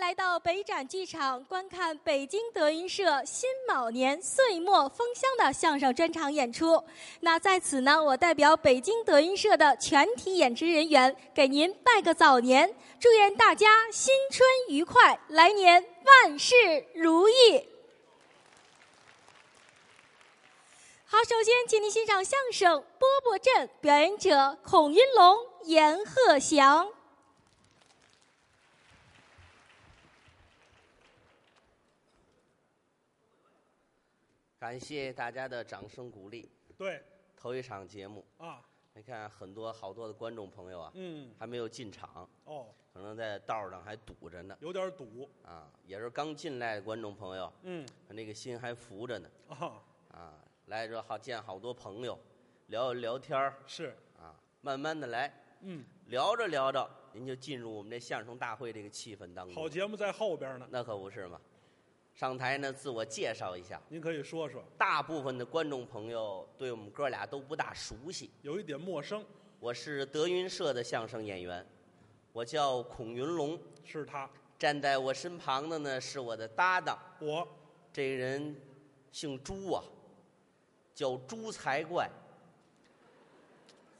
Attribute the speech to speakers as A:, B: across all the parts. A: 来到北展剧场观看北京德云社辛卯年岁末封箱的相声专场演出。那在此呢，我代表北京德云社的全体演职人员给您拜个早年，祝愿大家新春愉快，来年万事如意。好，首先请您欣赏相声《波波镇》，表演者孔云龙、阎鹤祥。
B: 感谢大家的掌声鼓励。
C: 对
B: 头一场节目，
C: 啊，
B: 你看很多好多的观众朋友啊，
C: 嗯，
B: 还没有进场，
C: 哦，
B: 可能在道上还堵着呢
C: 有点堵，
B: 啊，也是刚进来的观众朋友，
C: 嗯
B: 那个心还浮着呢
C: 啊，
B: 啊。来这好见好多朋友，聊一聊天儿
C: 是，
B: 啊，慢慢的来，
C: 嗯，
B: 聊着聊着，您就进入我们这相声大会这个气氛当
C: 好
B: 中。
C: 节目在后边呢，
B: 那可不是嘛。上台呢，自我介绍一下。
C: 您可以说说，
B: 大部分的观众朋友对我们哥俩都不大熟悉，
C: 有一点陌生，
B: 我是德云社的相声演员，我叫孔云龙。
C: 是他，
B: 站在我身旁的呢是我的搭档，
C: 我
B: 这个人姓朱啊，叫朱才怪，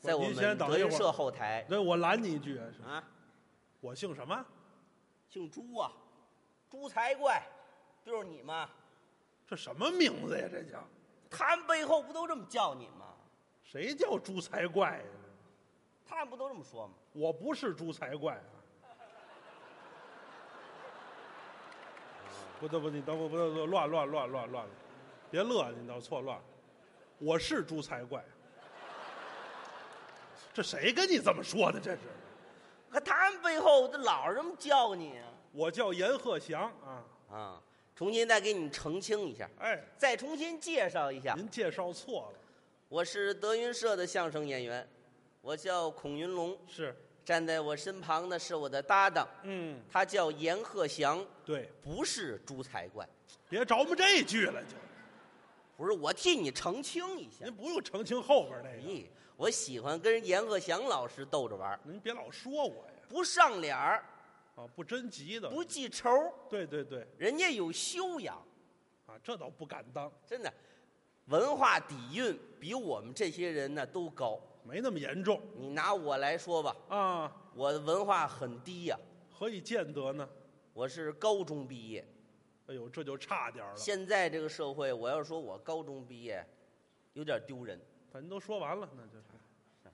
B: 在我
C: 您先
B: 们
C: 等
B: 德
C: 一
B: 云
C: 会儿
B: 社后台
C: 对，我拦你一句，是
B: 啊，
C: 我姓什么？
B: 姓朱啊，朱才怪，就是你吗？
C: 这什么名字呀？这叫
B: 他们背后不都这么叫你吗？
C: 谁叫猪才怪呀？
B: 他们不都这么说吗？
C: 我不是猪才怪啊！啊不对不对，你等我不对不对乱乱乱乱乱，别乐，你倒错乱，我是猪才怪。这谁跟你这么说的？这是
B: 可他们背后这老是这么叫你啊！
C: 我叫阎鹤祥啊！
B: 啊，重新再给你们澄清一下，
C: 哎，
B: 再重新介绍一下，
C: 您介绍错了，
B: 我是德云社的相声演员，我叫孔云龙，
C: 是
B: 站在我身旁的是我的搭档，
C: 嗯，
B: 他叫阎鹤祥，
C: 对，
B: 不是猪才怪，
C: 别着磨这句了，就
B: 不是我替你澄清一下
C: 您。不用澄清后边那个，
B: 咦，我喜欢跟阎鹤祥老师逗着玩儿，
C: 您别老说我呀
B: 不上脸儿，
C: 啊，不真急的，
B: 不记仇儿，
C: 对对对
B: 人家有修养，
C: 啊，这倒不敢当，
B: 真的，文化底蕴比我们这些人呢都高。
C: 没那么严重。
B: 你拿我来说吧，
C: 啊，
B: 我的文化很低呀、
C: 何以见得呢？
B: 我是高中毕业，
C: 哎呦，这就差点儿了。
B: 现在这个社会，我要说我高中毕业，有点丢人。
C: 反正都说完了，那就是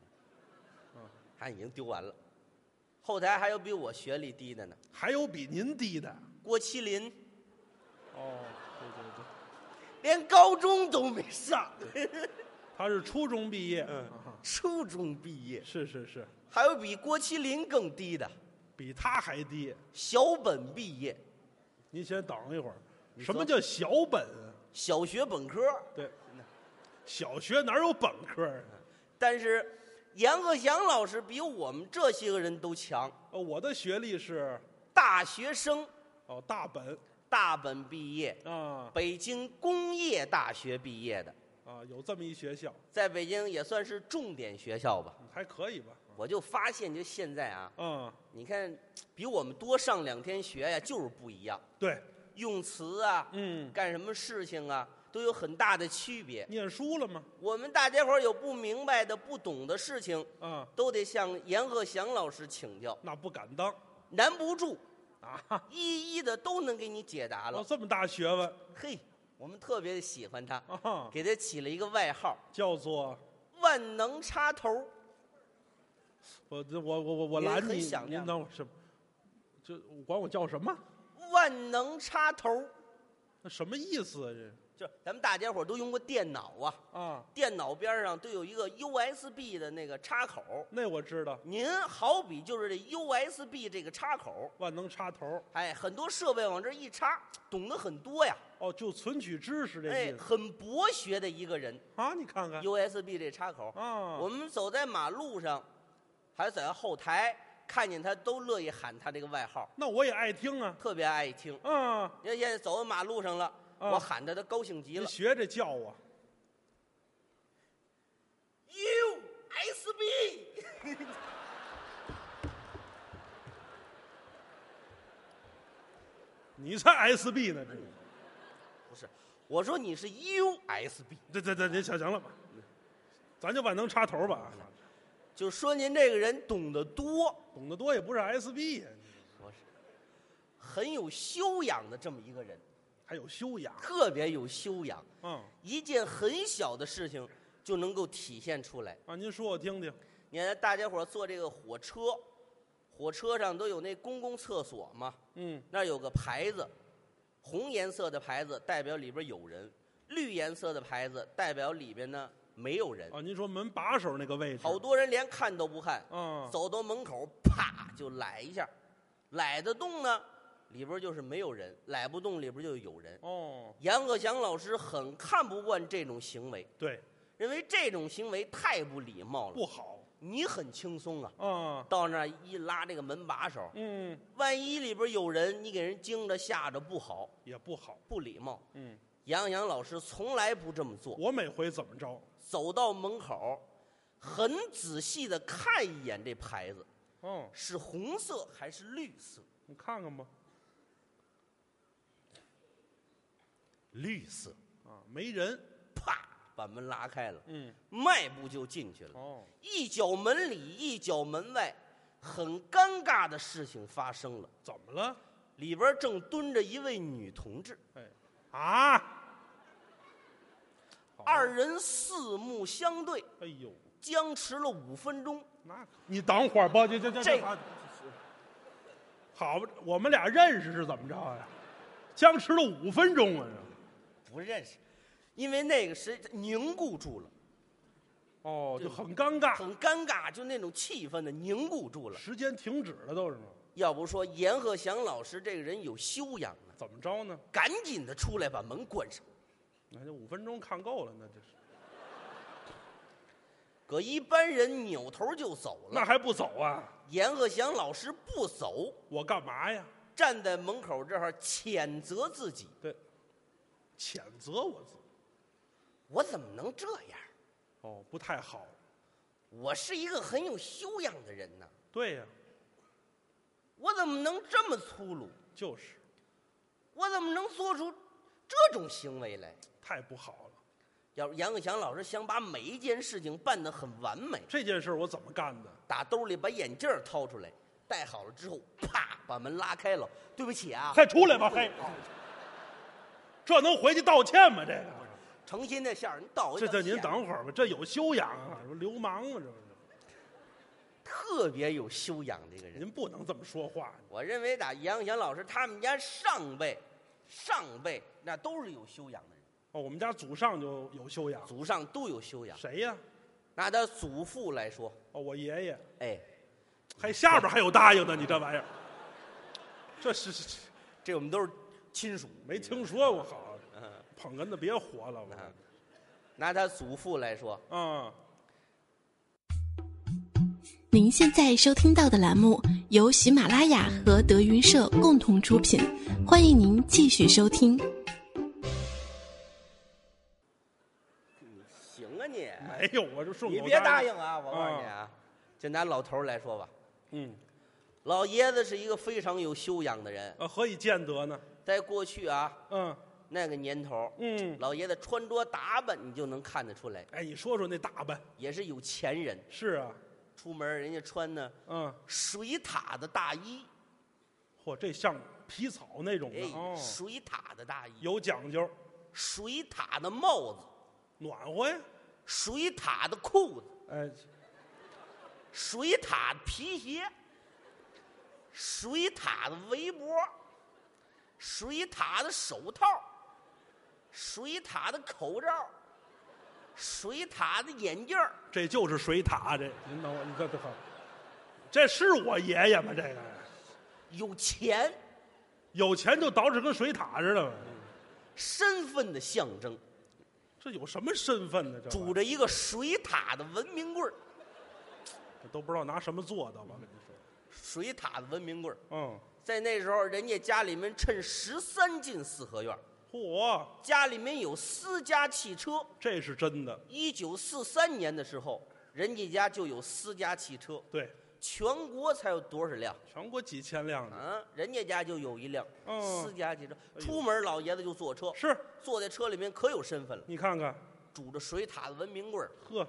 C: 啊
B: 他已经丢完了。后台还有比我学历低的呢，
C: 还有比您低的。
B: 郭麒麟
C: 哦，对对对，
B: 连高中都没上，
C: 他是初中毕业，
B: 嗯
C: 啊
B: 初中毕业。
C: 是是是，
B: 还有比郭麒麟更低的，
C: 比他还低。
B: 小本毕业，
C: 您先等一会儿，
B: 你
C: 什
B: 说
C: 么叫小本啊？
B: 小学本科。
C: 对，小学哪有本科啊？
B: 但是阎鹤祥老师比我们这些个人都强，
C: 哦，我的学历是
B: 大学生
C: 哦大本
B: 大本毕业，
C: 啊
B: 北京工业大学毕业的，
C: 啊，有这么一学校，
B: 在北京也算是重点学校吧。
C: 还可以吧？
B: 我就发现，就现在啊，
C: 啊，
B: 你看，比我们多上两天学呀、就是不一样，
C: 对，
B: 用词啊，
C: 嗯，
B: 干什么事情啊，都有很大的区别。
C: 念书了吗？
B: 我们大家伙儿有不明白的、不懂的事情，
C: 啊，
B: 都得向阎鹤祥老师请教，
C: 那不敢当
B: 难不住，
C: 啊！
B: 一一的都能给你解答
C: 哦，
B: 了。
C: 这么大学问
B: 嘿，我们特别喜欢他，
C: 啊！
B: 给他起了一个外号
C: 叫做
B: “万能插头儿
C: 我这我我我我
B: 您
C: 拦
B: 很
C: 你，
B: 响亮
C: 您等会儿什么？这管我叫什么？”，“
B: 万能插头儿
C: 那什么意思啊？”这
B: 就是咱们大家伙儿都用过电脑啊，
C: 啊，
B: 电脑边上都有一个 USB 的那个插口儿，
C: 那我知道，
B: 您好比就是这 USB 这个插口，
C: 万能插头
B: 哎，很多设备往这一插，懂得很多呀，
C: 哦，就存取知识这
B: 哎
C: 意，思
B: 很博学的一个人。
C: 啊？你看看
B: USB 这插口，
C: 啊，
B: 我们走在马路上，还在后台看见他，都乐意喊他这个外号，
C: 那我也爱听啊
B: 特别爱听。
C: 啊！
B: 你看现在走在马路上了，
C: 啊
B: 我喊他，他高兴极
C: 你
B: 了。
C: 学着叫我
B: USB，
C: 你才 SB 呢，这
B: 不是，我说你是 USB，
C: 这这这，您行行了吧？咱就万能插头吧，
B: 就说您这个人懂得多，
C: 懂得多也不是 SB 呀，
B: 我是很有修养的这么一个人，
C: 还有修养。
B: 特别有修养，
C: 嗯
B: 一件很小的事情就能够体现出来。
C: 啊，您说我听听。
B: 你看大家伙儿坐这个火车，火车上都有那公共厕所嘛，
C: 嗯，
B: 那儿有个牌子，红颜色的牌子代表里边有人，绿颜色的牌子代表里边呢没有人。
C: 啊，您说门把手那个位置，
B: 好多人连看都不看，
C: 啊，
B: 走到门口啪就揽一下，揽得动呢，里边就是没有人；揽不动，里边就有人。
C: 哦，
B: 杨鹤祥老师很看不惯这种行为，
C: 对，
B: 认为这种行为太不礼貌了。
C: 不好
B: 你很轻松啊，
C: 啊，
B: 到那儿一拉这个门把手，
C: 嗯，
B: 万一里边有人，你给人惊着吓着不好，
C: 也不好，
B: 不礼貌。
C: 嗯，
B: 杨洋老师从来不这么做，
C: 我每回怎么着？
B: 走到门口，很仔细的看一眼这牌子
C: 哦，
B: 是红色还是绿色，
C: 你看看吧，
B: 绿色，
C: 啊，没人，
B: 啪把门拉开了，
C: 嗯，
B: 迈步就进去了，
C: 哦，
B: 一脚门里，一脚门外，很尴尬的事情发生了，
C: 怎么了？
B: 里边正蹲着一位女同志。
C: 哎，啊，好
B: 二，人四目相对，
C: 哎呦，
B: 僵持了五分钟。
C: 那你等会儿吧，这这这
B: 这
C: 啊好吧，我们俩认识是怎么着呀？僵持了五分钟啊！这
B: 不认识，因为那个谁凝固住了，
C: 哦，就很尴尬，
B: 很尴尬，就那种气氛的凝固住了。
C: 时间停止了都是吗？
B: 要不说阎鹤祥老师这个人有修养啊，
C: 怎么着呢？
B: 赶紧的出来把门关上。
C: 那就五分钟看够了，那这是
B: 搁一般人扭头就走
C: 那
B: 了，
C: 还不走啊？
B: 阎鹤祥老师不走，
C: 我干嘛呀？
B: 站在门口这儿谴责自己：
C: 对，谴责我自己，
B: 我怎么能这样？
C: 哦，不太好。
B: 我是一个很有修养的人呐，
C: 对呀、
B: 我怎么能这么粗鲁？
C: 就是
B: 我怎么能做出这种行为来？
C: 太不好了。
B: 要是杨鹤祥老师想把每一件事情办得很完美，
C: 这件事儿我怎么干的？
B: 打兜里把眼镜儿掏出来，戴好了之后，啪把门拉开了。对不起啊，
C: 快出来吧，嘿！这能回去道歉吗？这个，
B: 诚心的向人道一
C: 这
B: 道
C: 这
B: 歉。
C: 您等会儿吧，这有修养啊，这不流氓啊，这不是？
B: 特别有修养这个人。
C: 您不能这么说话，
B: 我认为打杨鹤祥老师他们家上辈、上辈那都是有修养的人，
C: 哦，我们家祖上就有修养，
B: 祖上都有修养。
C: 谁呀？
B: 拿他祖父来说，
C: 哦，我爷爷，
B: 哎，
C: 还下边还有答应的，你这玩意儿，这是是是
B: 这我们都是亲属，
C: 没听说过好，啊
B: 嗯，
C: 捧哏的别活了，我
B: 嗯拿他祖父来说，
C: 啊，
D: 您现在收听到的栏目由喜马拉雅和德云社共同出品，欢迎您继续收听。
B: 行啊你，
C: 没有，哎我就顺口
B: 你别答
C: 应，
B: 应啊！我告诉你啊，就拿老头儿来说吧，
C: 嗯，
B: 老爷子是一个非常有修养的人。
C: 啊，何以见得呢？
B: 在过去啊，
C: 嗯
B: 那个年头，
C: 嗯，
B: 老爷子穿着打扮你就能看得出来，
C: 哎，你说说那打扮，
B: 也是有钱人。
C: 是啊，
B: 出门人家穿呢
C: 嗯，
B: 水獭的大衣，
C: 嚯，这像皮草那种的，
B: 哎，
C: 哦，
B: 水獭的大衣，
C: 有讲究，
B: 水獭的帽子，
C: 暖和呀，
B: 水獭的裤子，
C: 哎，
B: 水獭的皮鞋，水獭的围脖，水獭的手套，水獭的口罩，水獭的眼镜儿
C: 这就是水獭，这您等我，你这这好，这是我爷爷吗？这个
B: 有钱
C: 有钱就捯饬跟水獭似的，
B: 身份的象征，
C: 这有什么身份呢？这玩意
B: 拄
C: 儿
B: 着一个水獭的文明棍儿，
C: 这都不知道拿什么做的，我跟你说，
B: 水獭的文明棍儿，
C: 嗯，
B: 在那时候人家家里面趁十三进四合院儿，
C: 嚯，
B: 家里面有私家汽车。
C: 这是真的，
B: 一九四三年的时候，人家家就有私家汽车，
C: 对，
B: 全国才有多少辆？
C: 全国几千辆呢，
B: 啊，人家家就有一辆
C: 哦
B: 私家汽车，
C: 呦
B: 出门老爷子就坐车，
C: 是
B: 坐在车里面可有身份了，
C: 你看看，
B: 拄着水塔子文明棍儿，
C: 呵，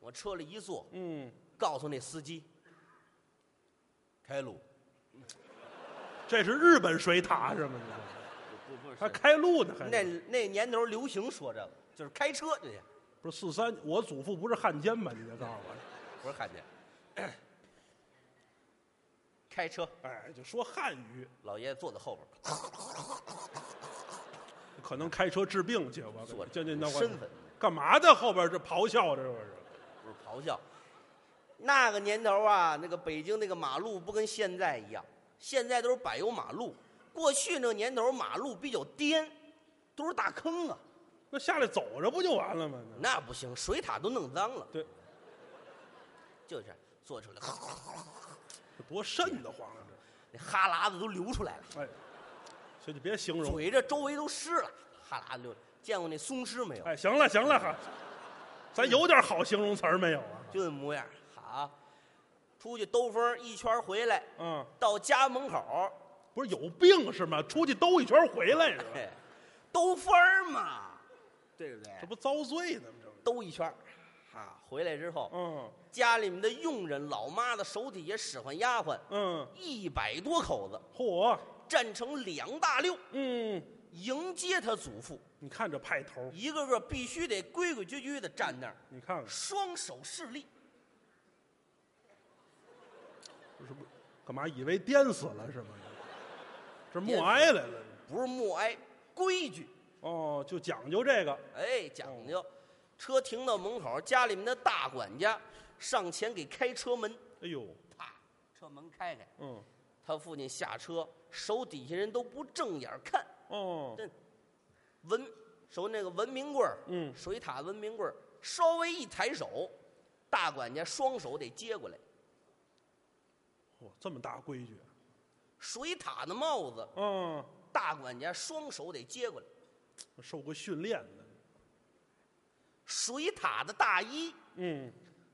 B: 往车里一坐，
C: 嗯，
B: 告诉那司机，开路，
C: 这是日本水塔是吗？
B: 不不
C: 还开路呢，还
B: 那
C: 是
B: 那年头流行说这个，就是开车就去，
C: 不是四三？我祖父不是汉奸吗？你得告诉我，
B: 不是看见， 开车，
C: 哎，就说汉语，
B: 老爷子坐在后边儿，
C: 可能开车治病去，我
B: 坐着
C: 这这那我
B: 身份
C: 干嘛在后边这咆哮着？这不是
B: 不是咆哮。那个年头啊，那个北京那个马路不跟现在一样，现在都是柏油马路。过去那个年头马路比较颠，都是大坑啊，
C: 那下来走着不就完了吗？
B: 那不行，水塔都弄脏了。
C: 对，
B: 就是坐出来，
C: 多瘆得慌啊！
B: 那哈喇子都流出来了，
C: 这，哎，所以就别形容。
B: 嘴这周围都湿了，哈喇子流。见过那松狮没有？
C: 哎，行了行了，哈，咱有点好形容词儿没有啊？
B: 就那模样。好，出去兜风一圈回来，
C: 嗯，
B: 到家门口，
C: 不是有病是吗？出去兜一圈回来是吧？
B: 嘿， 兜风儿嘛，对不对？
C: 这不遭罪呢吗？这不，
B: 兜一圈儿，啊，回来之后，
C: 嗯
B: 家里面的佣人、老妈子手底下使唤丫鬟，
C: 嗯，
B: 一百多口子
C: 嚯，
B: 站成两大溜，
C: 嗯，
B: 迎接他祖父，
C: 你看这派头，
B: 一个个必须得规规矩矩的站那儿，
C: 你看看，
B: 双手侍立。
C: 这是不干嘛？以为颠死了是吗？这默哀来了。
B: 不是默哀，规矩，
C: 哦，就讲究这个，
B: 哎，讲究。
C: 嗯
B: 车停到门口，家里面的大管家上前给开车门，
C: 哎呦，
B: 啪，车门开开，
C: 嗯，
B: 他父亲下车，手底下人都不正眼看，
C: 哦，
B: 文手那个文明棍儿，
C: 嗯
B: 水塔文明棍儿，稍微一抬手，大管家双手得接过来，
C: 哇，这么大规矩，
B: 水塔的帽子，
C: 嗯，
B: 大管家双手得接过来，
C: 受过训练的，
B: 水塔的大衣
C: 嗯，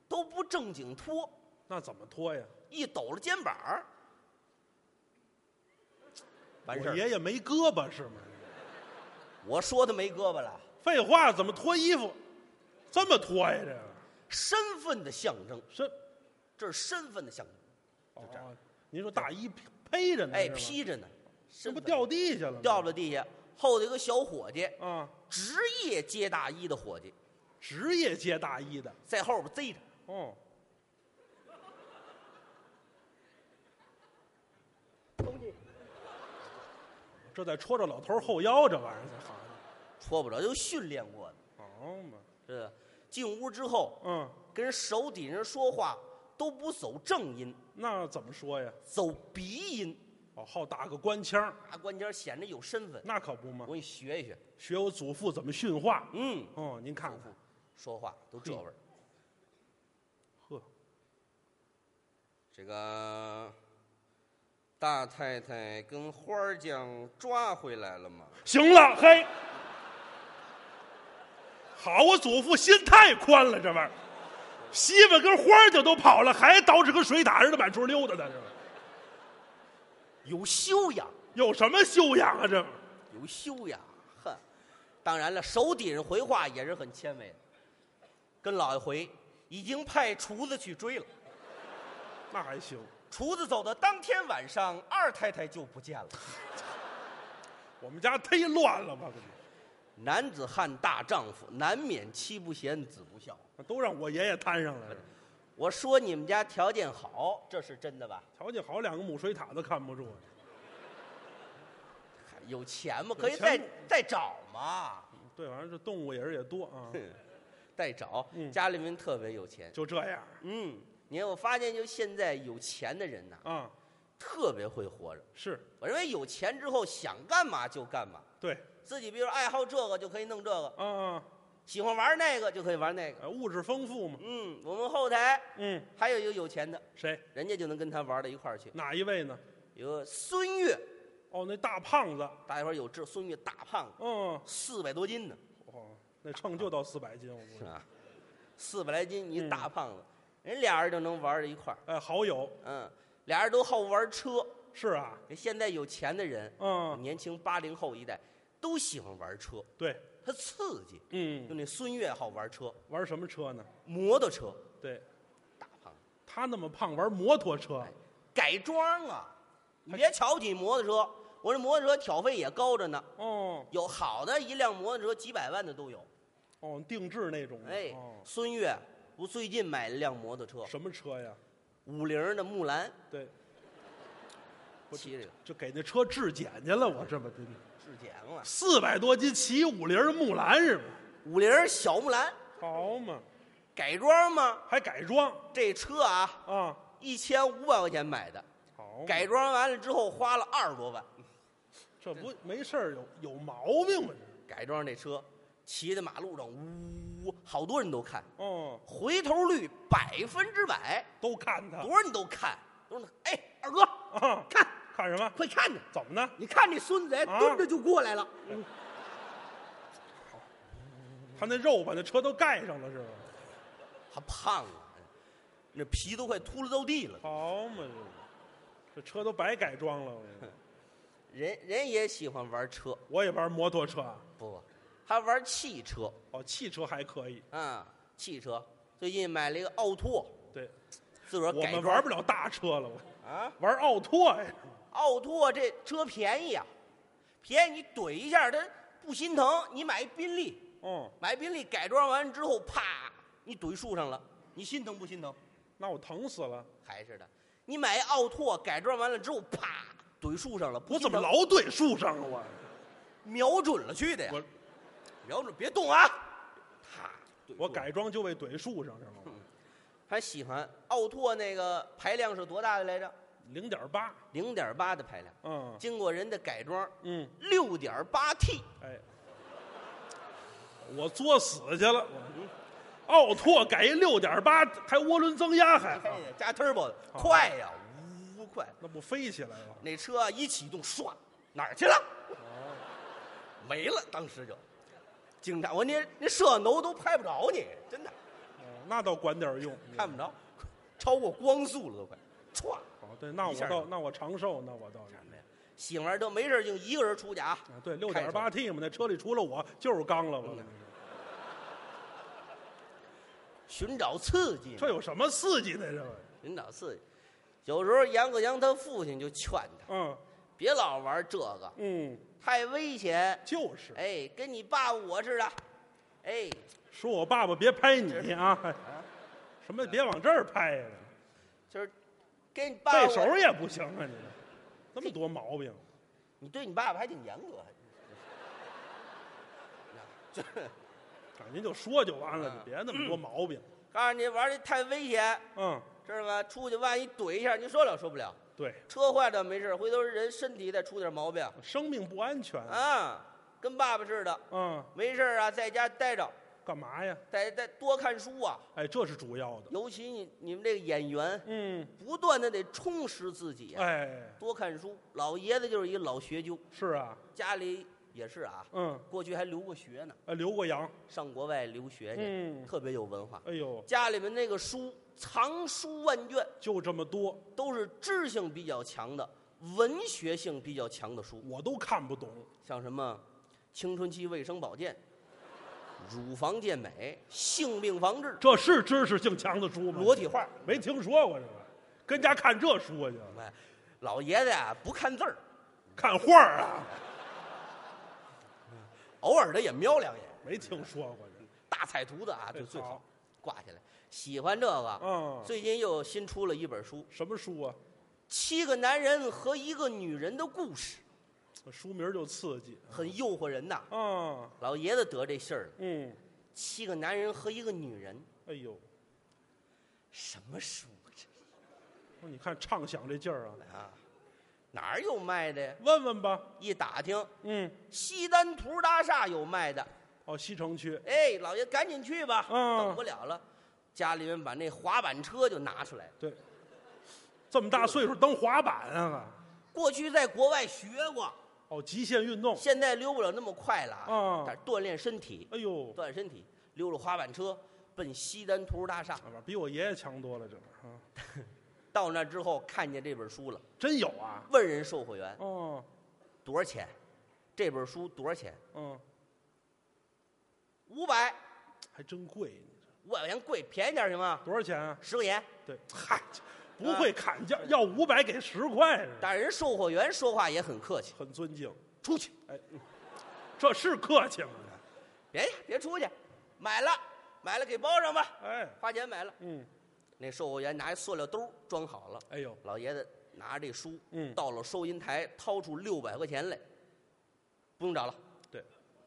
B: 都不正经脱，
C: 那怎么脱呀？
B: 一抖了肩膀儿，完事
C: 我
B: 儿。
C: 爷爷没胳膊是吗？
B: 我说他没胳膊了，
C: 废话，怎么脱衣服？这哦么脱呀？这个
B: 身份的象征，
C: 是
B: 这是身份的象征，
C: 哦，您说大衣披披着呢？
B: 哎，
C: 嗯是吧，
B: 披着呢，
C: 这
B: 身
C: 不
B: 份
C: 掉地下了吗？
B: 掉到地下，后头有个小伙计，
C: 啊！
B: 职业接大衣的伙计。
C: 职业接大衣的，
B: 在后边贼着，
C: 哦，这得戳着老头后腰，这玩意儿才好呢。
B: 戳不着，就训练过的。
C: 好嘛，
B: 是吧进屋之后，
C: 嗯，
B: 跟手底下人说话都不走正音，
C: 那怎么说呀？
B: 走鼻音，
C: 哦，好打个官腔儿，
B: 拿关节显着有身份。
C: 那可不嘛
B: 我。给你学一学，
C: 学我祖父怎么训话。
B: 嗯，
C: 哦，您看看，
B: 说话都这味儿。
C: 呵，
B: 这个大太太跟花儿酱抓回来了吗？
C: 行了，嘿，好，我祖父心太宽了，这玩意儿，媳妇跟花儿就都跑了，还捯饬个水打似的满处溜达呢，这玩意儿
B: 有修养，
C: 有什么修养啊？这玩意儿
B: 有修养，哼。当然了，手底下人回话也是很谦卑的，跟老爷回，已经派厨子去追了。
C: 那还行，
B: 厨子走的当天晚上，二太太就不见了。
C: 我们家忒乱了吧？
B: 男子汉大丈夫，难免妻不贤，子不孝。
C: 都让我爷爷摊上来了，
B: 我说你们家条件好，这是真的吧？
C: 条件好，两个母水塔都看不住，啊
B: 有钱吗？
C: 有
B: 可以
C: 钱
B: 再
C: 吗
B: 再找嘛，
C: 对，反正这动物也是也多啊，
B: 再找。
C: 嗯
B: 家里面特别有钱。
C: 就这样
B: 嗯，你看，我发现就现在有钱的人呐、
C: 啊，
B: 特别会活着。
C: 是
B: 我认为有钱之后想干嘛就干嘛，
C: 对
B: 自己比如爱好这个就可以弄这个，
C: 啊，
B: 喜欢玩那个就可以玩那个。
C: 呃物质丰富嘛，
B: 嗯，我们后台
C: 嗯，
B: 还有一个有钱的，
C: 谁
B: 人家就能跟他玩到一块儿去。
C: 哪一位呢？
B: 有个孙越，
C: 哦，那大胖子，
B: 大家伙儿有知，孙越大胖子，
C: 嗯。
B: 四百多斤呢，
C: 哦，那秤就到四百斤，我估
B: 是
C: 计。嗯
B: 吧？四百来斤一大胖子，人俩人就能玩到一块儿。
C: 哎，好友
B: 嗯，俩人都好玩车。
C: 是啊，
B: 现在有钱的人，
C: 嗯
B: 年轻八零后一代都喜欢玩车，
C: 对，
B: 它刺激。就
C: 嗯，
B: 那孙越好玩车，
C: 玩什么车呢？
B: 摩托车，
C: 对
B: 大胖子
C: 他那么胖，玩摩托车
B: 哎，改装啊！你别瞧不起摩托车，我这摩托车挑费也高着呢。
C: 哦
B: 有好的一辆摩托车几百万的都有。
C: 哦，定制那种的，
B: 哎，
C: 哦，
B: 孙越不最近买了辆摩托车，
C: 什么车呀？
B: 五菱的木兰，
C: 对，我
B: 骑着
C: 就给那车质检去了，我这么真的，
B: 质检嘛。
C: 四百多斤，骑五菱木兰是吗？
B: 五菱小木兰
C: 好嘛，
B: 改装嘛，
C: 还改装
B: 这车啊，
C: 啊，
B: 一千五百块钱买的，
C: 好嘛
B: 改装完了之后花了二十多万。
C: 这不没事儿有有毛病吗？这
B: 改装这车，骑在马路上，呜，好多人都看，
C: 哦，
B: 回头率百分之百，
C: 都看他
B: 多少人都看，都是哎，二哥，
C: 啊，
B: 看，
C: 看什么？
B: 快看去，
C: 怎么呢？
B: 你看这孙子哎
C: 啊
B: 蹲着就过来了，
C: 他那肉把那车都盖上了是吗？
B: 他胖啊，那皮都快秃噜到地了。
C: 好嘛，这这车都白改装了。我 跟你说
B: 人人也喜欢玩车，
C: 我也玩摩托车啊，
B: 不，还玩汽车
C: 哦，汽车还可以。
B: 啊，汽车。最近买了一个奥拓，
C: 对，
B: 自个儿
C: 我
B: 改
C: 们
B: 装
C: 玩不了大车了，我
B: 啊。
C: 玩奥拓呀。
B: 奥拓这车便宜啊，便宜你怼一下它不心疼。你买一宾利，
C: 哦，
B: 买宾利改装完之后，啪，你怼树上了，你心疼不心疼？
C: 那我疼死了，
B: 还是的，你买一奥拓改装完了之后，啪，怼树上了，不
C: 我怎
B: 心
C: 么
B: 疼
C: 老怼树上啊我？
B: 瞄准了去的呀？
C: 我
B: 瞄准，别动啊！啪，怼
C: 我
B: 树上
C: 改装就为怼树上是
B: 嗯
C: 吗？
B: 还喜欢奥拓那个排量是多大的来着？
C: 零点八，
B: 零点八的排量，
C: 嗯
B: 经过人的改装，
C: 嗯，
B: 六点八 T，
C: 哎，我作死去了。我奥拓改一六点八，还涡轮增压还，
B: 加 turbo 的，快呀，呜快！
C: 那不飞起来了？
B: 那车啊一启动，唰，哪儿去了？
C: 哦
B: 没了，当时就，警察，我那那摄像头都拍不着你，真的
C: 哦那倒管点用，
B: 看不着， 超过光速了都快，歘！
C: 好，哦对，那我
B: 一下
C: 倒
B: 就
C: 那我长寿，那我倒是。
B: 喜欢玩车，没事儿就一个人出去啊，
C: 啊，对，六
B: 开
C: 点
B: 车
C: 八 T 嘛，那车里除了我就是刚了，
B: 嗯
C: 我跟你说，
B: 寻找刺激嘛，
C: 这有什么刺激的？这玩意儿
B: 寻找刺激。有时候杨克阳他父亲就劝他，
C: 嗯
B: 别老玩这个，
C: 嗯，
B: 太危险。
C: 就是，
B: 哎，跟你爸我似的，哎，
C: 说我爸爸别拍你啊，哎什么别往这儿拍呀、
B: 就是跟你爸
C: 背
B: 我
C: 手也不行啊，你这么多毛病，
B: 你对你爸爸还 挺严格，就是
C: 啊您就说就完了，
B: 嗯
C: 你别那么多毛病。
B: 告诉你玩的太危险，
C: 嗯，
B: 知道吗？出去万一怼一下，你说了受不了。
C: 对，
B: 车坏了没事，回头人身体再出点毛病
C: 生命不安全。
B: 啊，跟爸爸似的，
C: 嗯，
B: 没事儿啊，在家待着，
C: 干嘛呀？
B: 再再多看书啊。
C: 哎，这是主要的。
B: 尤其你你们这个演员，
C: 嗯，
B: 不断的得充实自己，啊
C: 哎，
B: 多看书。老爷子就是一老学究，
C: 是啊，
B: 家里也是啊，
C: 嗯，
B: 过去还留过学呢，
C: 哎，留过洋。
B: 上国外留学去，
C: 嗯
B: 特别有文化。
C: 哎呦，
B: 家里面那个书藏书万卷，
C: 就这么多，
B: 都是知性比较强的、文学性比较强的书，
C: 我都看不懂。
B: 像什么《青春期卫生保健》《乳房健美》《性病防治》
C: 这是知识性强的书吗？
B: 裸体画。
C: 没听说过这个，跟家看这书啊去，
B: 哎，老爷子呀、不看字儿，
C: 看画儿啊，
B: 偶尔的也瞄两眼。
C: 没听说过这。
B: 大彩图的啊，就
C: 哎
B: 最好
C: 好
B: 挂下来。喜欢这个，
C: 嗯
B: 最近又新出了一本书《
C: 什么书啊？
B: 七个男人和一个女人的故事
C: 书名就刺激》，
B: 很诱惑人呐。
C: 啊。
B: 老爷子得这信儿了，
C: 嗯，
B: 七个男人和一个女人，
C: 哎呦，
B: 什么书啊这是
C: 你看畅想这劲儿啊，
B: 啊？哪儿有卖的呀？
C: 问问吧。
B: 一打听，
C: 嗯，
B: 西单图大厦有卖的。
C: 哦，西城区
B: 哎，老爷赶紧去吧，
C: 嗯
B: 等不了了。家里面把那滑板车就拿出来了，
C: 对，这么大岁数蹬滑板啊？
B: 过去在国外学过，
C: 哦，极限运动。
B: 现在溜不了那么快了啊
C: 嗯
B: 但是锻炼身体，
C: 哎呦，
B: 锻炼身体，溜了滑板车，奔西单图书大厦。
C: 啊不是比我爷爷强多了，这个啊，
B: 到那之后，看见这本书了，
C: 真有啊！
B: 问人售货员
C: 哦，
B: 多少钱？这本书多少钱？
C: 嗯，
B: 五百，
C: 还真贵，
B: 五百块钱贵，便宜点行吗？
C: 多少钱啊？
B: 十块钱。
C: 对，嗨，不会砍价，要五百给十块是吧，
B: 但人售货员说话也很客气，
C: 很尊敬。
B: 出去，
C: 哎，嗯这是客气吗？
B: 别去，别出去，买了，买了给包上吧，
C: 哎，
B: 花钱买了。
C: 嗯，
B: 那售货员拿一塑料兜装好了，
C: 哎呦，
B: 老爷子拿着这书，
C: 嗯
B: 到了收银台掏出六百块钱来，不用找了，
C: 对，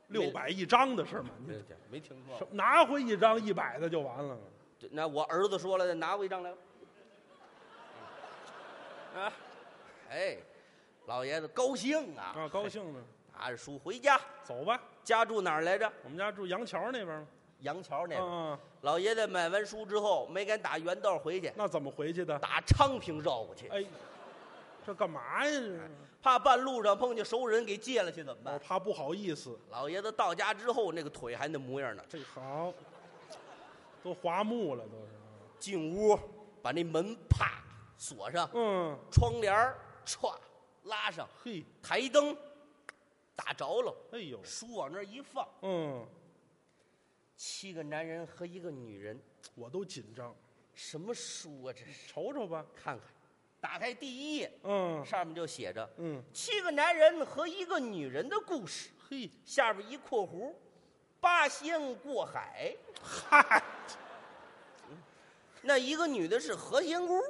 B: 没
C: 六百一张的是吗？你
B: 没没听说
C: 什么拿回一张一百的就完了。
B: 对那我儿子说了，拿过一张来吧。啊，哎，老爷子高兴啊，
C: 啊，高兴呢，
B: 拿着书回家，
C: 走吧。
B: 家住哪儿来着？
C: 我们家住杨桥那边儿嘛
B: 杨桥那边。
C: 啊，
B: 老爷子买完书之后，没敢打原道回去，
C: 那怎么回去的？
B: 打昌平绕过去，
C: 哎，这干嘛呀？这哦是
B: 怕半路上碰见熟人给借了去怎么
C: 我
B: 办？
C: 怕不好意思。
B: 老爷子到家之后，那个腿还那模样呢。
C: 这好，都滑木了，都是。
B: 进屋，把那门啪锁上，
C: 嗯，
B: 窗帘儿歘拉上，
C: 嘿，
B: 台灯打着了，
C: 哎呦，
B: 书往那儿一放。
C: 嗯，
B: 七个男人和一个女人，
C: 我都紧张，
B: 什么书啊？这是，
C: 瞅瞅吧。
B: 看看，打开第一页，
C: 嗯
B: 上面就写着
C: 嗯，
B: 七个男人和一个女人的故事，
C: 嘿，
B: 下边一括弧，八仙过海。
C: 嗨，
B: 那一个女的是何仙姑，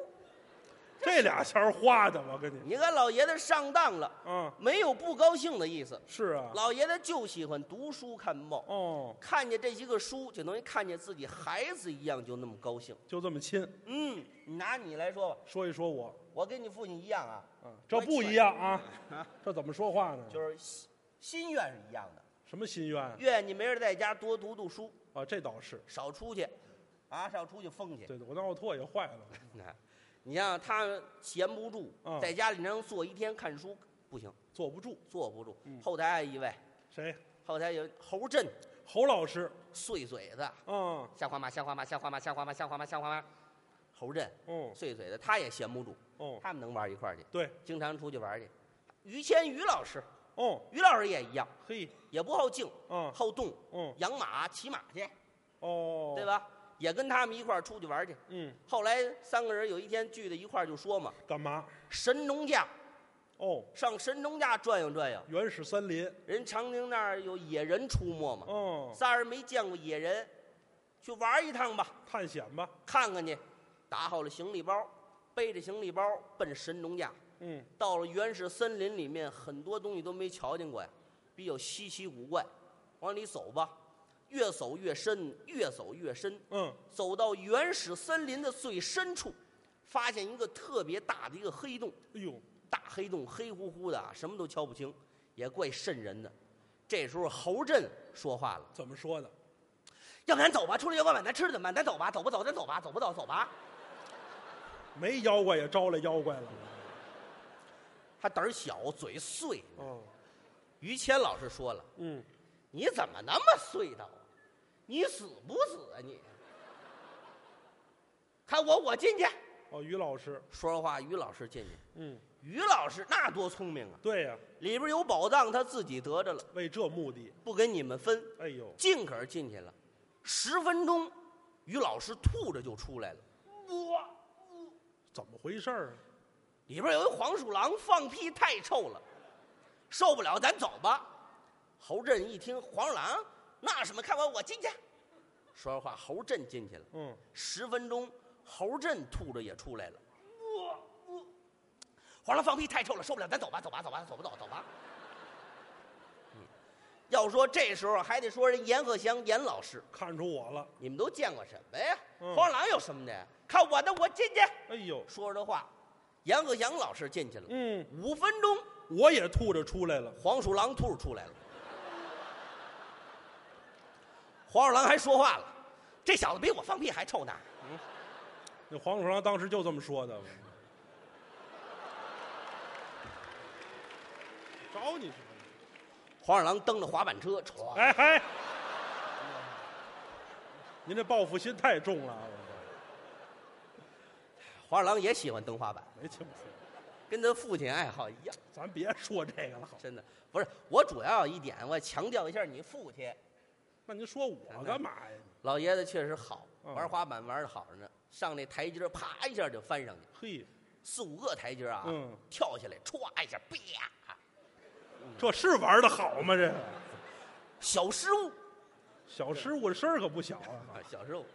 C: 这俩钱儿花的，我跟你。
B: 你看老爷子上当了，
C: 啊，
B: 没有不高兴的意思。
C: 是啊。
B: 老爷子就喜欢读书看报，
C: 哦，
B: 看见这些个书，就等于看见自己孩子一样，就那么高兴。
C: 就这么亲。
B: 嗯，拿你来说吧，
C: 说一说我，
B: 我跟你父亲一样啊，
C: 啊，这不一样啊， 这怎么说话呢？
B: 就是心心愿是一样的，
C: 什么心愿啊？
B: 愿你没人在家多读读书，
C: 啊这倒是。
B: 少出去，啊，少出去疯去。
C: 对对，我那奥拓也坏了。
B: 哎你让他闲不住，
C: 嗯
B: 在家里能坐一天看书不行，
C: 坐不住。
B: 坐不住。后台还有一位，
C: 谁？
B: 后台有侯震，
C: 侯老师。
B: 碎嘴子，
C: 啊，
B: 像话吗？像话吗？像话吗？像话吗？像话吗？像话吗？侯震，
C: 哦
B: 碎嘴子，他也闲不住，
C: 哦，
B: 他们能玩一块儿去，
C: 对，
B: 经常出去玩去。于谦于老师，
C: 哦，
B: 于老师也一样，
C: 嘿，
B: 也不好静，
C: 嗯
B: 好动，
C: 嗯
B: 养马、骑马去，
C: 哦，
B: 对？吧？也跟他们一块儿出去玩去。
C: 嗯，
B: 后来三个人有一天聚在一块儿就说嘛，
C: 干嘛？
B: 神农架
C: 哦，
B: 上神农架转悠转悠，
C: 原始森林。
B: 人长宁那儿有野人出没嘛，
C: 哦，
B: 仨人没见过野人，去玩一趟吧，
C: 探险吧。
B: 看看去。打好了行李包，背着行李包奔神农架，
C: 嗯，
B: 到了原始森林里面，很多东西都没瞧见过呀，比较稀奇古怪。往里走吧，越走越深，越走越深。
C: 嗯，
B: 走到原始森林的最深处，发现一个特别大的一个黑洞，
C: 哎呦，
B: 大黑洞黑乎乎的啊，什么都瞧不清，也怪瘆人的。这时候侯震说话了
C: 怎么说的？：“
B: 要不咱走吧，出来妖怪把咱吃了怎么办？咱走吧，走不走？咱走吧，走不走？走吧。
C: 没妖怪也招来妖怪了。”
B: 他胆儿小，嘴碎。
C: 哦，
B: 于谦老师说了
C: 嗯，：“
B: 你怎么那么碎叨啊？你死不死啊你？看我，我进去。
C: 哦，于老师。”
B: 说着话，于老师进去。
C: 嗯，
B: 于老师那多聪明啊！
C: 对呀，
B: 里边有宝藏，他自己得着了，
C: 为这目的。
B: 不跟你们分，
C: 哎呦，
B: 进可儿进去了。十分钟，于老师吐着就出来了。哇，
C: 怎么回事儿啊？
B: 里边有一黄鼠狼放屁太臭了，受不了，咱走吧。侯震一听黄鼠狼，那什么，看我我进去。说实话，侯震进去了。
C: 嗯，
B: 十分钟，侯震吐着也出来了。我我，黄狼放屁太臭了，受不了，咱走吧，走吧，走吧，走不走？走吧。嗯，要说这时候还得说人阎鹤祥阎老师，
C: 看出我了。
B: 你们都见过什么呀？
C: 嗯
B: 黄狼有什么的？看我的，我进去。
C: 哎呦，
B: 说着话，阎鹤祥老师进去了。
C: 嗯，
B: 五分钟，
C: 我也吐着出来了。
B: 黄鼠狼兔出来了。黄鼠狼还说话了：“这小子比我放屁还臭呢。”
C: 那黄鼠狼当时就这么说的。 找你什么？哎
B: 黄鼠狼蹬着滑板车，唰
C: 哎嗨，您这报复心太重了，啊我
B: 黄二郎也喜欢蹬滑板，
C: 没听出。
B: 跟他父亲爱好一样，
C: 咱别说这个了，好。
B: 真的不是。我主要一点，我强调一下你父亲，
C: 那您说我干嘛呀？
B: 老爷子确实好，
C: 嗯
B: 玩滑板玩的好着呢，上那台阶儿啪一下就翻上去，
C: 嘿，
B: 四五个台阶儿啊，
C: 嗯
B: 跳下来歘一下，啪，
C: 这是玩的好吗？这
B: 小失误
C: 小失误，这事儿可不小啊
B: 啊。，小失误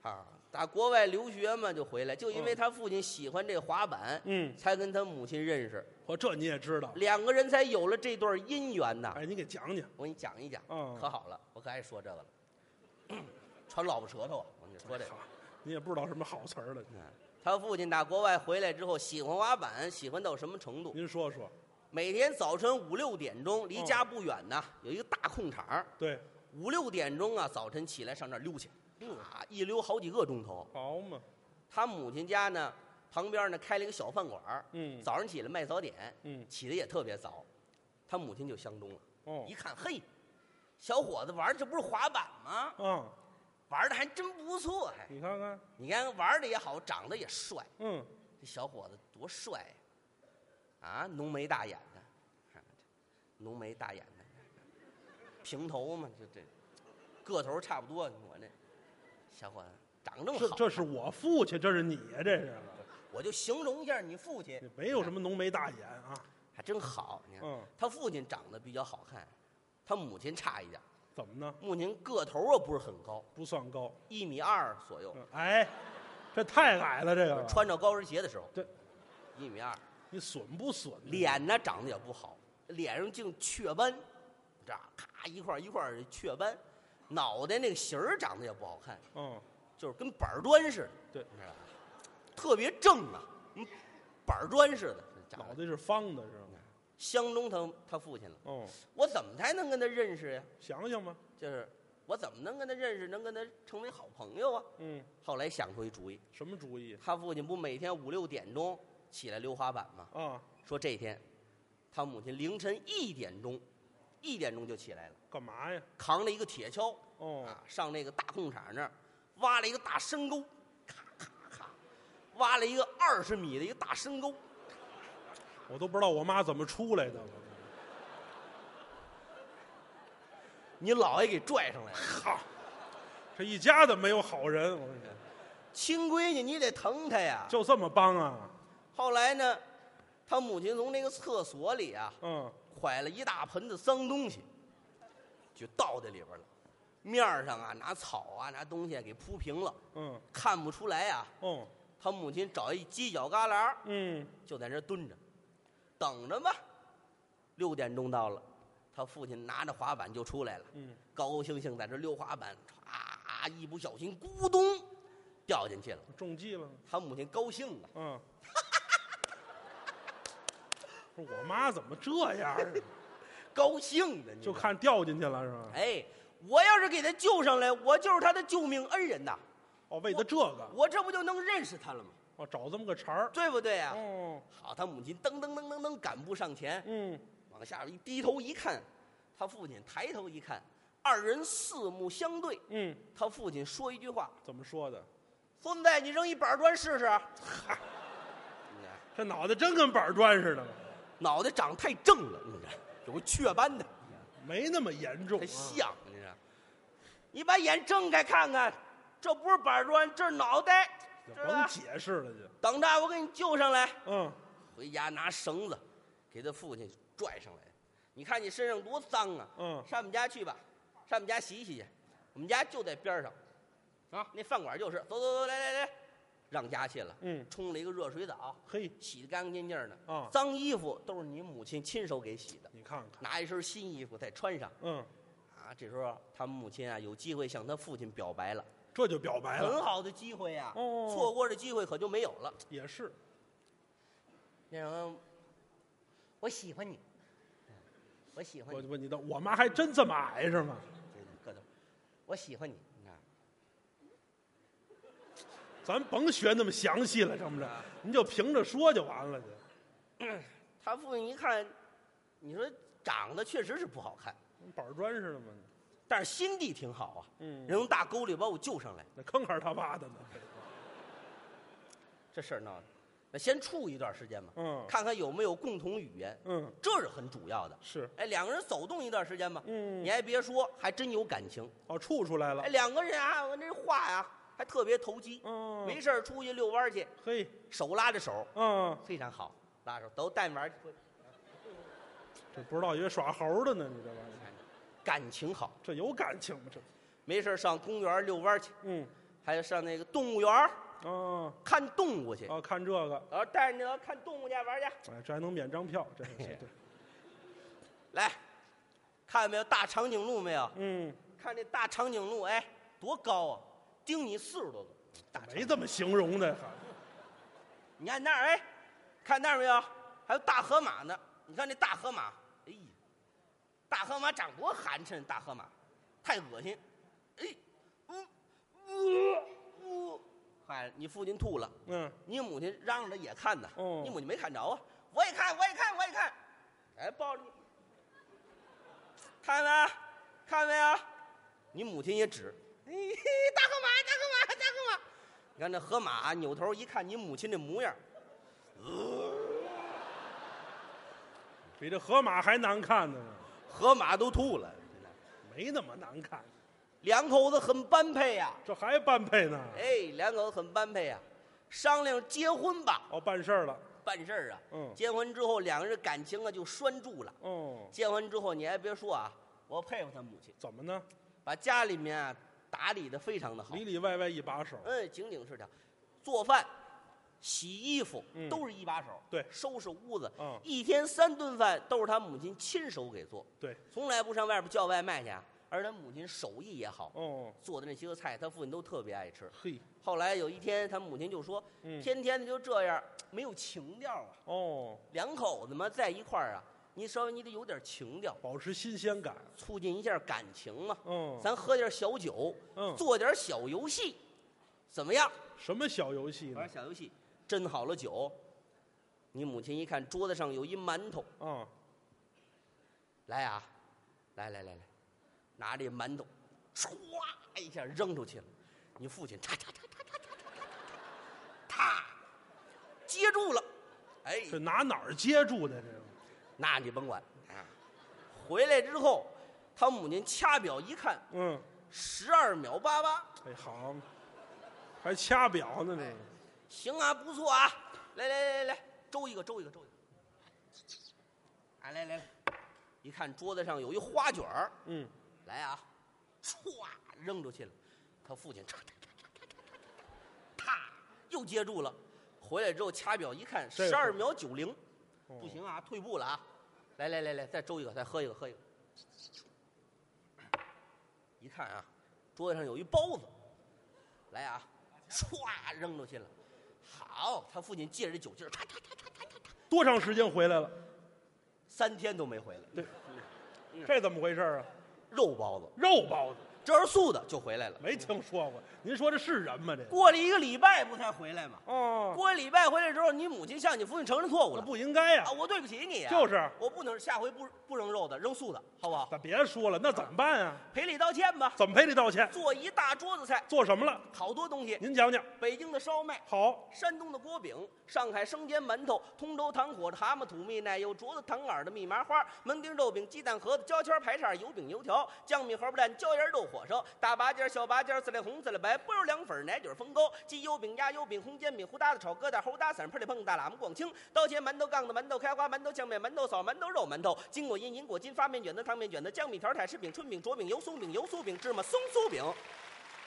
B: 啊。打国外留学嘛，就回来，就因为
C: 嗯
B: 他父亲喜欢这滑板，
C: 嗯
B: 才跟他母亲认识，
C: 我这你也知道。
B: 两个人才有了这段姻缘呐。
C: 哎，你给讲讲。
B: 我给你讲一讲，
C: 嗯
B: 可好了，我可爱说这个了， 传老婆舌头啊，我跟你说这个。
C: 好，你也不知道什么好词儿了。
B: 嗯他父亲打国外回来之后，喜欢滑板，喜欢到什么程度？
C: 您说说，
B: 每天早晨五六点钟，
C: 嗯
B: 离家不远呐，有一个大空场儿，
C: 对，
B: 五六点钟啊，早晨起来上那儿溜去，啊，一溜好几个钟头。
C: 好嘛，
B: 他母亲家呢，旁边呢开了一个小饭馆儿，
C: 嗯
B: 早上起来卖早点，
C: 嗯，
B: 起的也特别早。他母亲就相中了，
C: 哦
B: 一，看，嘿，小伙子玩儿这不是滑板吗？
C: 啊，
B: 玩的还真不错，还
C: 你看看，
B: 你看玩的也好，长得也帅，
C: 嗯，
B: 这小伙子多帅呀、啊！浓眉大眼的，看看这浓眉大眼的，平头嘛，就这个头差不多。你看我这小伙子长得这
C: 这
B: 么好，
C: 这是我父亲，这是你呀，这是，
B: 我就形容一下你父亲
C: 你，没有什么浓眉大眼啊，
B: 还真好。你看、
C: 嗯
B: 他父亲长得比较好看，他母亲差一点，
C: 怎么呢？
B: 母亲个头啊不是很高，
C: 不算高，
B: 一米二左右。
C: 嗯哎，这太矮了，这个，
B: 穿着高跟鞋的时候，
C: 嗯对，
B: 一米二。
C: 你损不损？
B: 脸呢长得也不好，脸上净雀斑，这样咔一块儿一块儿的雀斑，脑袋那个形儿长得也不好看，
C: 嗯，
B: 就是跟板儿砖似的，
C: 对，
B: 你知道吧？特别正啊，嗯，板儿砖似的，这家
C: 脑
B: 伙
C: 袋是方的，是吗？
B: 相中他他父亲了。
C: 哦，
B: 我怎么才能跟他认识呀？
C: 想想吧，
B: 就是我怎么能跟他认识，能跟他成为好朋友啊？
C: 嗯，
B: 后来想出一主意，
C: 什么主意
B: 他父亲不每天五六点钟起来溜滑板吗？
C: 啊？
B: 说这天，他母亲凌晨一点钟，一点钟就起来了，
C: 干嘛呀？
B: 扛着一个铁锹
C: 哦
B: 啊，，上那个大空场那儿挖了一个大深沟，咔咔咔，挖了一个二十米的一个大深沟。
C: 我都不知道我妈怎么出来的，
B: 你姥爷给拽上来了，
C: 好，这一家子没有好人，我跟你说，
B: 亲闺女你得疼她呀。
C: 就这么帮啊？
B: 后来呢，他母亲从那个厕所里啊，
C: 嗯，
B: 蒯了一大盆子脏东西，就倒在里边了。面儿上啊，拿草啊，拿东西啊给铺平了，
C: 嗯，
B: 看不出来啊。
C: 哦，
B: 他母亲找一犄角旮旯儿，
C: 嗯，
B: 就在那儿蹲着，等着吧。六点钟到了，他父亲拿着滑板就出来了，
C: 嗯，
B: 高高兴兴在这溜滑板，啊，一不小心咕咚掉进去了。
C: 中计了，
B: 他母亲高兴啊，
C: 嗯。 不是我妈怎么这样啊？
B: 高兴的，啊你知
C: 就
B: 道吗。
C: 看掉进去了是吧？
B: 哎，我要是给他救上来，我就是他的救命恩人呐，
C: 哦，为的这个，
B: 我这不就能认识他了吗？
C: 哦，找这么个茬儿。
B: 对不对啊？
C: 哦，
B: 好，他母亲噔噔噔噔噔赶步上前，
C: 嗯，
B: 往下一低头一看，他父亲抬头一看，二人四目相对。
C: 嗯，
B: 他父亲说一句话
C: 怎么说的？：“
B: 孙子，你扔一板砖试啊 试。”
C: 这脑袋真跟板砖似的，
B: 脑袋长太正了，你这有个雀斑的，
C: 没那么严重、
B: 它
C: 啊。
B: 像你这。你把眼睁开看看，这不是板砖，这是脑袋，
C: 就
B: 知道吧
C: 甭解释了就。
B: 等着啊我给你救上来。
C: 嗯，
B: 回家拿绳子给他父亲拽上来。你看你身上多脏啊！
C: 嗯
B: 上我们家去吧，上我们家洗洗去。我们家就在边上，啊，那饭馆就是。走走走，来来来，让家去了。
C: 嗯
B: 冲了一个热水澡，
C: 嘿，
B: 洗得干干净净的。
C: 啊
B: 脏衣服都是你母亲亲手给洗的，
C: 你看看，
B: 拿一身新衣服再穿上。
C: 嗯，
B: 啊，这时候他母亲啊有机会向他父亲表白了，
C: 这就表白
B: 很
C: 了，
B: 好的机会呀、
C: 哎哦
B: 错过这机会可就没有了。
C: 也是。
B: 那什么，我喜欢你，我喜欢
C: 我
B: 你，
C: 我你的，我妈还真这么矮是吗？
B: 个头，我喜欢你，你看，
C: 咱甭学那么详细了，成不成？您就凭着说就完了就。
B: 他父亲一看，你说长得确实是不好看，
C: 跟板砖似的嘛。
B: 但是心地挺好啊，
C: 嗯
B: 人从大沟里把我救上来，
C: 那坑坑他挖 的呢。
B: 这事儿闹的，那先处一段时间嘛，
C: 嗯
B: 看看有没有共同语言，
C: 嗯，
B: 这是很主要的。
C: 是
B: 哎，两个人走动一段时间吧，
C: 嗯
B: 你还别说，还真有感情。
C: 哦，处出来了
B: 哎，。两个人啊，我这话呀、还特别投机，
C: 嗯，
B: 没事儿出去遛弯儿去，
C: 嘿，
B: 手拉着手，
C: 嗯，
B: 非常好，拉手都带玩儿，
C: 这不知道以为耍猴的呢，你这玩意儿，
B: 感情好。
C: 这有感情吗？这，
B: 没事儿上公园儿遛弯儿去，
C: 嗯，
B: 还上那个动物园儿
C: 啊
B: 看动物去。
C: 啊，看这个，
B: 然后带着你到看动物去玩儿去，
C: 哎，这还能免张票，这是
B: 嘿
C: 这，
B: 来，看见没有大长颈鹿没有？
C: 嗯，
B: 看这大长颈鹿，哎，多高啊！盯你四十多个，大长
C: 没这么形容的，还
B: 你看那儿，哎，看那儿没有？还有大河马呢。你看这大河马，哎呀，大河马长多寒碜，大河马太恶心。哎，嗯，呃，呃，嗨，你父亲吐了，
C: 嗯，
B: 你母亲嚷嚷着也看呢。
C: 哦
B: 你母亲没看着啊？我也看，我也看，我也看。哎，抱着你，看见没有？看见没有？你母亲也指，哎， 大河马，大河马，大河马。你看这河马扭头一看你母亲这模样，
C: 比这河马还难看呢，
B: 河马都吐了。
C: 没那么难看，
B: 两口子很般配呀、
C: 这还般配呢。
B: 哎，两口子很般配呀、商量结婚吧，
C: 哦，办事儿了，
B: 办事儿啊。
C: 嗯
B: 结婚之后两个人感情啊就拴住了。
C: 哦，
B: 结婚之后你还别说啊，我佩服他母亲，
C: 怎么呢？
B: 把家里面啊打理的非常的好
C: 里，里外外一把手，
B: 嗯，井井是条，做饭。洗衣服
C: 嗯
B: 都是一把手，
C: 对
B: 收拾屋子，
C: 嗯
B: 一天三顿饭都是他母亲亲手给做，
C: 对，
B: 从来不上外边叫外卖去啊，而他母亲手艺也好，
C: 哦，
B: 做的那些个菜，他父亲都特别爱吃。
C: 嘿，
B: 后来有一天，他母亲就说：“
C: 嗯
B: 天天的就这样，没有情调啊，
C: 哦，
B: 两口子嘛在一块儿啊，你稍微你得有点情调，
C: 保持新鲜感，
B: 促进一下感情嘛。
C: 嗯，
B: 咱喝点小酒，
C: 嗯
B: 做点小游戏，怎么样？
C: 什么小游戏呢
B: 玩？小游戏，斟好了酒，你母亲一看桌子上有一馒头，
C: 啊，
B: 来啊，来来来来，拿这馒头，唰一下扔出去了。你父亲嚓嚓嚓嚓嚓嚓嚓嚓，啪，接住了。哎，
C: 这拿哪儿接住的这个？
B: 那你甭管啊。回来之后，他母亲掐表一看，
C: 嗯，
B: 十二秒八八，
C: 哎，好，还掐表呢，这个。
B: 行啊，不错啊。来来来来来，周一个，周一个，周一个。啊，来来来，一看桌子上有一花卷儿，
C: 嗯，
B: 来啊，唰扔出去了。他父亲嚓嚓嚓嚓嚓嚓嚓，啪又接住了。回来之后掐表一看，
C: 这
B: 十
C: 会
B: 二
C: 儿
B: 秒九零，
C: 哦
B: 不行啊，退步了啊！来来来来，再周一个，再喝一个，喝一个。一看啊，桌子上有一包子，来啊，唰扔出去了。好，他父亲借着这酒劲儿，嚓嚓嚓嚓嚓嚓嚓，
C: 多长时间回来了？
B: 三天都没回来。
C: 这怎么回事啊？
B: 肉包子，
C: 肉包子
B: 这是素的就回来了。
C: 没听说过，您说这是人吗？这
B: 过了一个礼拜不才回来吗？
C: 哦，
B: 过了礼拜回来之后，你母亲向你父亲承认错误
C: 那
B: 了。
C: 不应该呀
B: 啊，！我对不起你啊、
C: 就是
B: 我不能下回不不扔肉的，扔素的，好不好？
C: 那别说了，那怎么办啊？
B: 赔礼道歉吧。
C: 怎么赔礼道歉？
B: 做一大桌子菜，
C: 做什么了？
B: 好多东西，
C: 您讲讲。
B: 北京的烧麦。
C: 好，
B: 山东的锅饼，上海生煎馒头，通州糖果的蛤蟆、土蜜、奶油镯子、糖耳的蜜麻花，门钉肉饼、鸡蛋盒子、焦圈排叉、油饼、油条、酱米荷包蛋、椒盐肉火烧、大拔尖、小拔尖、自来红、自来白、波肉凉粉、奶卷风沟、鸡油饼、鸭油饼、红煎饼、胡搭子炒疙瘩、猴搭散、盆里碰、大喇嘛逛青、刀切馒头、杠子馒头、开花馒头、酱面馒头、扫馒头、肉馒头、金果印、银果金、发面卷子、烫面卷子、酱米条、泰式饼、春饼、卓饼、油松饼、油酥饼、芝麻松酥饼。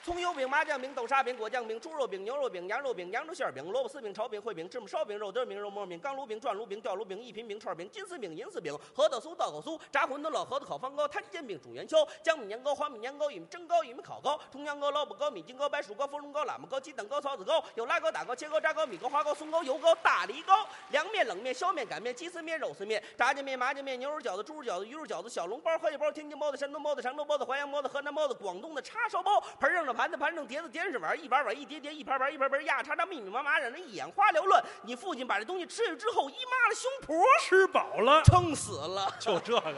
B: 葱油饼、麻酱饼、豆沙饼、果酱饼、猪肉饼、牛肉饼、羊肉饼、羊肉馅儿饼、萝卜丝饼、炒饼、烩饼、芝麻烧饼、肉丁饼、肉沫饼、钢炉饼、转炉饼、吊炉饼、一品饼、串饼、金丝饼、银丝饼、核桃酥、稻口酥、炸馄饨、老核桃、烤方糕、摊煎饼、煮元宵、江米年糕、花米年糕、玉米蒸糕、玉米烤糕、重阳糕、老卜糕、米筋糕、白薯糕、芙蓉糕、喇嘛糕、鸡蛋糕、槽子糕、有拉糕、打糕、切糕、炸糕、米糕、花糕、松糕、油糕、大梨糕、凉面、冷面、削面、擀面、鸡丝面、肉丝面、炸酱面、麻酱面、牛肉饺子、猪肉饺子、鱼肉饺子、小笼包、荷叶包、天津包子、山东包子、常州包子、淮阳包子、河南包子、广东的叉烧包，盆上的盘子、盘上碟子、碟子碗、一碗碗、一碟碟、一盘盘、一盘盘，压叉叉密密麻麻，让人眼花缭乱。你父亲把这东西吃下去之后，一抹了胸脯，
C: 吃饱了
B: 撑死了。
C: 就这个呀，